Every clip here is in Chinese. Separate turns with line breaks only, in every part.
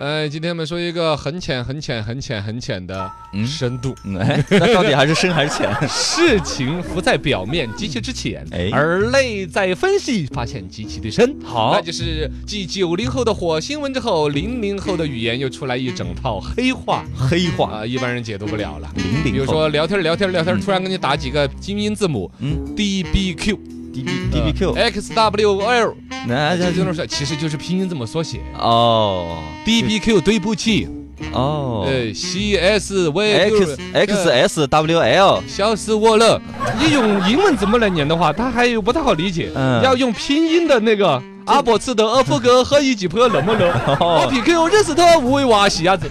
哎，今天我们说一个很浅、很浅、很浅、很浅的
嗯
深度。
哎， 那到底还是深还是浅？
事情浮在表面，极其之浅，
哎
而内在分析发现极其的深。
好
那就是继九零后的火星文之后，零零后的语言又出来一整套黑话
黑
啊、
话，
一般人解读不了了。
零
比
零
如
后
说聊天儿聊天儿聊天儿，
嗯
突然给你打几个拼音字母，
嗯
，D B Q 啊
，D B D B Q，
X W L，
哎
那
这
那
种事其实就是拼音字母缩写。
哦
D B Q 对不起，
哦
呃，C S V
，X X S W L，
笑死我了！你用英文怎么来念的话，他还有不太好理解，
嗯
要用拼音的那个。阿伯吃的阿福哥和一起喝那么了，我
哦，
皮 Q 认识他五位娃洗鸭 子，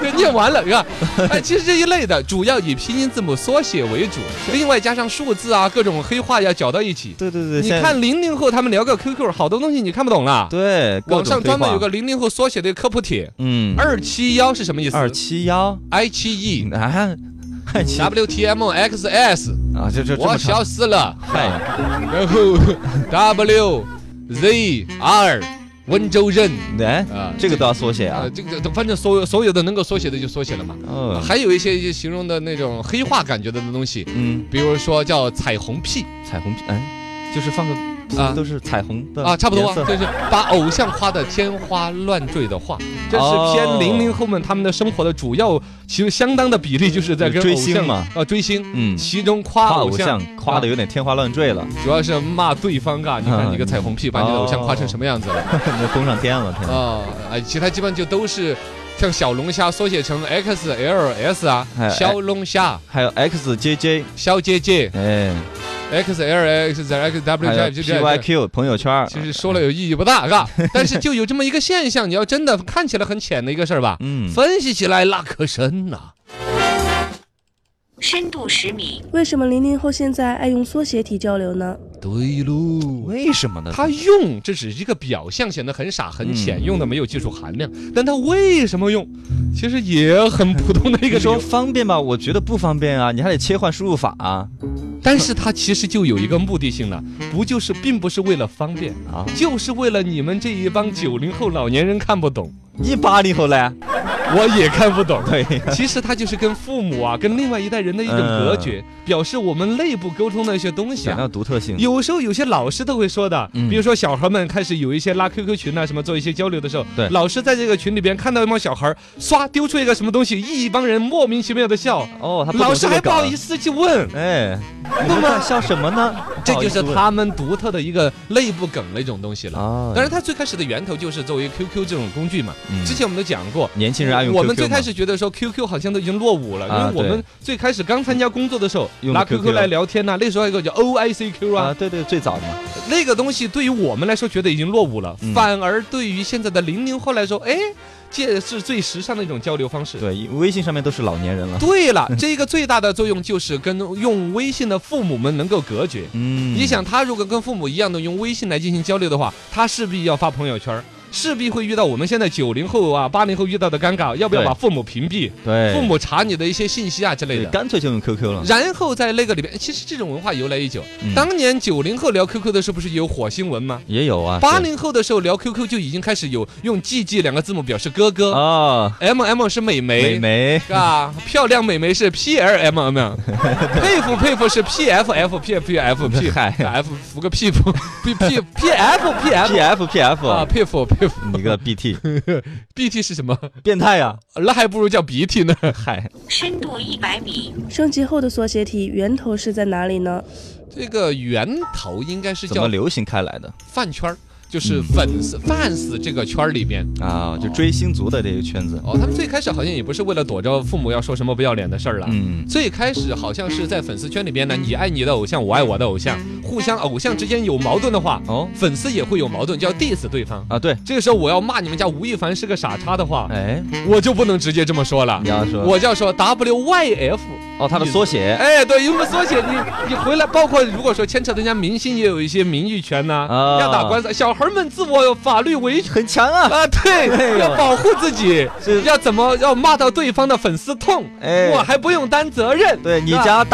给念完了，你看，哎，其实这一类的主要以拼音字母缩写为主，另外加上数字啊，各种黑话要搅到一起。
对对对，
你
现在
看零零后他们聊个 QQ，好多东西你看不懂了。
对，各
网
种
上
黑
专门
话
有个零零后缩写的科普帖，
嗯
二七幺是什么意思？
二七幺
I 七 E
啊，嗨奇
W T M X S。
啊，就就这
我
么长哎
消，失了。
嗨，
然后 W Z R 温州人
哎，
啊，
这个都要缩写啊
啊，，这个反正所有所有的能够缩写的就缩写了嘛。
哦，
还有一些形容的那种黑化感觉的东西，
嗯，
比如说叫彩虹屁
彩虹屁，哎，就是放个
啊
都是彩虹的
啊，差不多啊
嗯颜色
就是把偶像夸的天花乱坠的话，这是
哦
偏零零后们他们的生活的主要，其实相当的比例就是在跟
追
偶
星
像
嘛
啊追星，
嗯，
其中夸
夸
偶
偶像
像
夸的有点天花乱坠了，
主要是骂对方啊，你看
嗯
你个彩虹屁把你的偶像夸成什么样子了。
那封上天了，天哪，
哦，哎，其他基本就都是像小龙虾缩写成 X L S 啊
哎，
小龙虾、
还有 XJJ，
小姐姐
哎，
X L X Z X
还
W
有
J 就这样。
PYQ 朋友圈，
其实说了有意义不大， 嘎，但是就有这么一个现象，你要真的看起来很浅的一个事儿吧，
嗯，
分析起来那可深呐、
深度十米，
为什么零零后现在爱用缩写体交流呢？
对喽。
为什么
嗯
呢？
他用这只是一个表象，显得很傻很
嗯
浅，用的没有技术含量。但他为什么用？其实也很普通的一个
这个
理由
说方便吧，我觉得不方便啊，你还得切换输入法啊，
但是它其实就有一个目的性了，不就是并不是为了方便，
啊，
就是为了你们这一帮九零后老年人看不懂，
一八零后 嘞，
我也看不懂。
对，
其实它就是跟父母啊，跟另外一代人的一种隔绝，表示我们内部沟通的一些东西
想要
啊。
独特性，
有时候有些老师都会说的
嗯，
比如说小孩们开始有一些拉 QQ 群啊，什么做一些交流的时候，
对
老师在这个群里边看到一帮小孩儿唰丢出一个什么东西，一帮人莫名其妙的笑，
哦，他
老师还不好意
思，
思去问，
哎，你们在笑什么呢？
这就是
不好意思问
他们独特的一个内部梗的一种东西了。
啊
当然，它最开始的源头就是作为 QQ 这种工具嘛。
嗯
之前我们都讲过，
年轻人爱用 QQ
我们最
嘛
开始觉得说 QQ 好像都已经落伍了，
啊
因为我们最开始刚参加工作的时候，
用
拿
的
QQ 来聊天呐、那时候还有个叫 OICQ
啊，
啊，
对对，最早的嘛，
那个东西对于我们来说觉得已经落伍了，
嗯
反而对于现在的零零后来说，哎，这是最时尚的一种交流方式。
对，因为微信上面都是老年人了。
对 了，这个最大的作用就是跟用微信的父母们能够隔绝。
嗯
你想，他如果跟父母一样的用微信来进行交流的话，他势必要发朋友圈儿，势必会遇到我们现在九零后啊、八零后遇到的尴尬，要不要
对
把父母屏蔽，
对
父母查你的一些信息啊之类
对
的。
干脆就用 QQ 了。
然后在那个里边，其实这种文化由来已久。
嗯
当年九零后聊 QQ 的时候，不是也有火星文吗？
也有啊，
八零后的时候聊 QQ 就已经开始有用 “GG” 两个字母表示哥
对
哥
哦
啊，
，“M M” 是美眉，
美眉
啊，漂亮美眉是 P L M M，佩服佩服是 P F F P F F P 啊
嗨
F 服个屁服 P P P F P F
P F P
啊，
F，
佩服佩服。
你个 B T
B T 是什么？
变态呀！
啊
那还不如叫鼻涕呢。
嗨，
深度一百米，
升级后的缩写体源头是在哪里呢？
这个源头应该是
怎么嗯
叫
流行开来的
饭圈儿，就是粉丝 fans 这个圈儿里面。
啊？就追星族的这个圈子，
哦，他们最开始好像也不是为了躲着父母要说什么不要脸的事儿了。
嗯，
最开始好像是在粉丝圈里边呢，你爱你的偶像，我爱我的偶像，互相偶像之间有矛盾的话，
嗯哦
粉丝也会有矛盾，就要 diss 对方。
啊，对，
这个时候我要骂你们家吴亦凡是个傻叉的话，
哎，
我就不能直接这么说了
你，要说
我就要说 W Y F
哦，它的缩写
哎，对，因为缩写你你回来，包括如果说牵扯人家明星，也有一些名誉权呐、
啊
要打官司，小孩儿们自我法律维权
很强啊。
啊，对，
对
要保护自己，要怎么要骂到对方的粉丝痛，
哎
我还不用担责任，
对你
是吧
家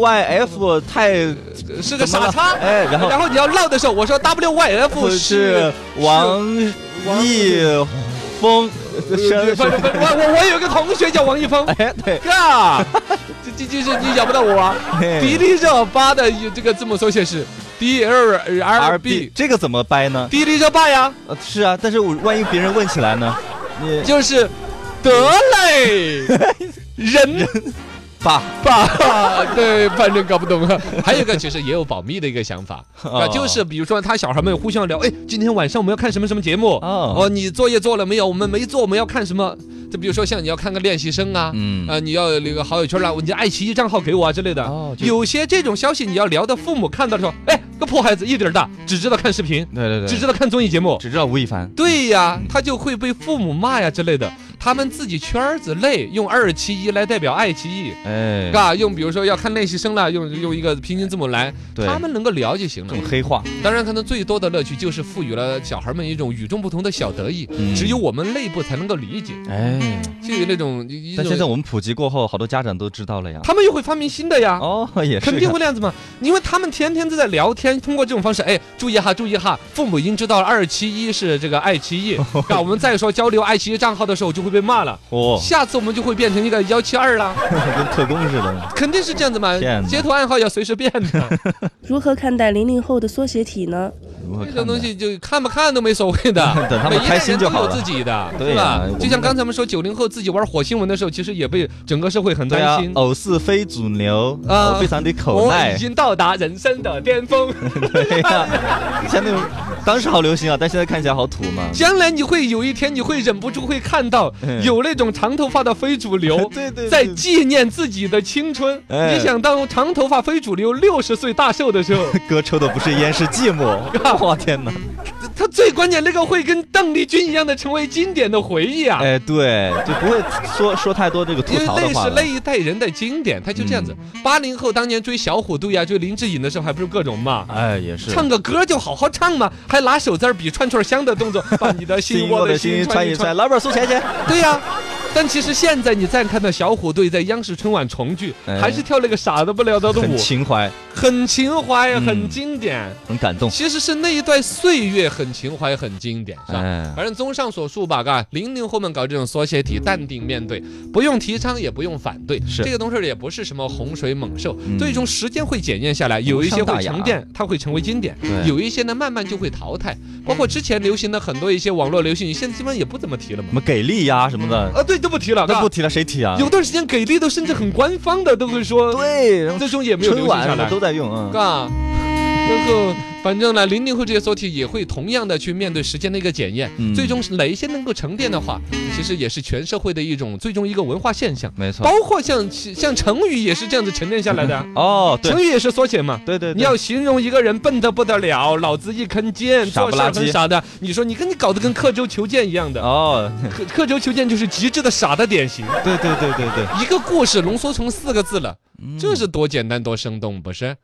WYF 太
是个傻叉，
哎，然后
然后你要闹的时候，我说 WYF
是
是。
王一峰
是
生
不是不是我我我有个同学叫王一峰，
哎，对，
哥，这这就是你咬不到我、啊。
嘿
迪丽热巴的这个字母缩写是 D L R
R
B
B，这个怎么掰呢？
迪丽热巴呀，
呃是啊，但是我万一别人问起来呢？你
就是得 嘞，人
爸
吧， 对，反正搞不懂啊。还有一个其实也有保密的一个想 法，啊，
哦
就是比如说他小孩们互相聊，哎，今天晚上我们要看什么什么节目？
哦
哦，你作业做了没有？我们没做，我们要看什么？就比如说像你要看个练习生啊，
嗯
啊，你要有那个好友圈啦，你的爱奇艺账号给我啊之类的。
哦就
有些这种消息你要聊的，父母看到的时候，哎，个破孩子一点儿大，只知道看视频，
对对对，
只知道看综艺节目，
只知道吴亦凡，
对呀，他就会被父母骂呀之类的。他们自己圈儿子内用二七一来代表爱奇艺，
哎，
嘎，用比如说要看练习生了，用用一个拼音字母来，
对
他们能够了解行
这
了
种。黑话，
当然，可能最多的乐趣就是赋予了小孩们一种与众不同的小得意，
嗯
只有我们内部才能够理解，
哎，
就有那种一
但现在
种，
我们普及过后，好多家长都知道了呀。
他们又会发明新的呀。
哦，也
啊
是
肯定
个
会那样子嘛，因为他们天天都在聊天，通过这种方式，哎，注意哈，注意哈，父母已经知道了二七一是这个爱奇 艺，啊，我们再说交流爱奇艺账号的时候就会被骂了，
哦，
下次我们就会变成一个幺七二啦，
跟特工似的。
肯定是这样子嘛
天，哪
街头暗号要随时变的，
如何看待零零后的缩写体呢？
如何
这
看
种
的，
东，西就看不看都没所谓的
等他们
每一代
开心
人
就
都
好
有
了
自己的，
对
是吧
呀？
就像
我们
刚才我们说九零后自己玩火星文的时候，其实也被整个社会很
对啊
担心，。
偶是非主流，
啊
啊，非常的口
我
耐
已。经到达人生的巅峰。
对呀，以前那种当时好流行啊，但现在看起来好土嘛。
将来你会有一天，你会忍不住会看到
嗯，
有那种长头发的非主流
对对对
在纪念自己的青春。
哎
你想，当长头发非主流六十岁大寿的时 候，
歌抽的不是烟是寂寞， 我天哪！
他最关键那个会跟邓丽君一样的成为经典的回忆啊！
哎，对，就不会说说太多这个吐
因为
槽
那
的话
是
了嗯
那。一代人的经典，他就这样子。八零后当年追小虎队呀、追林志颖的时候，还不是各种骂，
哎，也是。
唱个歌就好好唱嘛，还拿手在那儿比串串香的动作，把你的心
心
窝
窝
的
的
心
心
穿
穿
一
一
穿
穿，。老板送钱去。
对呀、但其实现在你再看到小虎队在央视春晚重聚，
哎
还是跳那个傻的不了的的舞
很，情怀，
很情怀，
嗯
很经典。
很感动。
其实是那一段岁月很情怀，很经典，是吧？
哎
反正综上所述吧，嘎，零零后们搞这种缩写体，淡定面对，不用提倡，也不用反对，
是
这个东西儿也不嗯是什么洪水猛兽，
嗯
最终时间会检验下来，有一些
无伤
会
大雅
沉淀，它会成为经典，
对
有一些呢慢慢就会淘汰，包括之前流行的很多一些网络流行语，现在基本上也不怎么提了嘛
什。么给力呀什么的，
啊，对，都不提了，
那
嘎
不提了谁提啊？
有段时间给力都甚至很官方的都会说，
对，然后
最终也没有流
春
行
晚
下
什么
来，
都在用啊。
嘎。然后，反正呢，零零后这些缩体也会同样的去面对时间的一个检验，
嗯
最终是哪一些能够沉淀的话，其实也是全社会的一种最终一个文化现象，
没错。
包括像像成语也是这样子沉淀下来的啊，
哦，对
成语也是缩写嘛。
对对，对
你要形容一个人笨得不得了，脑子一坑尖，
傻
做
不
事
拉
儿
几
很傻的，你说你跟你搞得跟刻舟求剑一样的，
哦，
刻刻舟求剑就是极致的傻的典型。
对对对对对，
一个故事浓缩成四个字了，
嗯
这是多简单多生动，不是？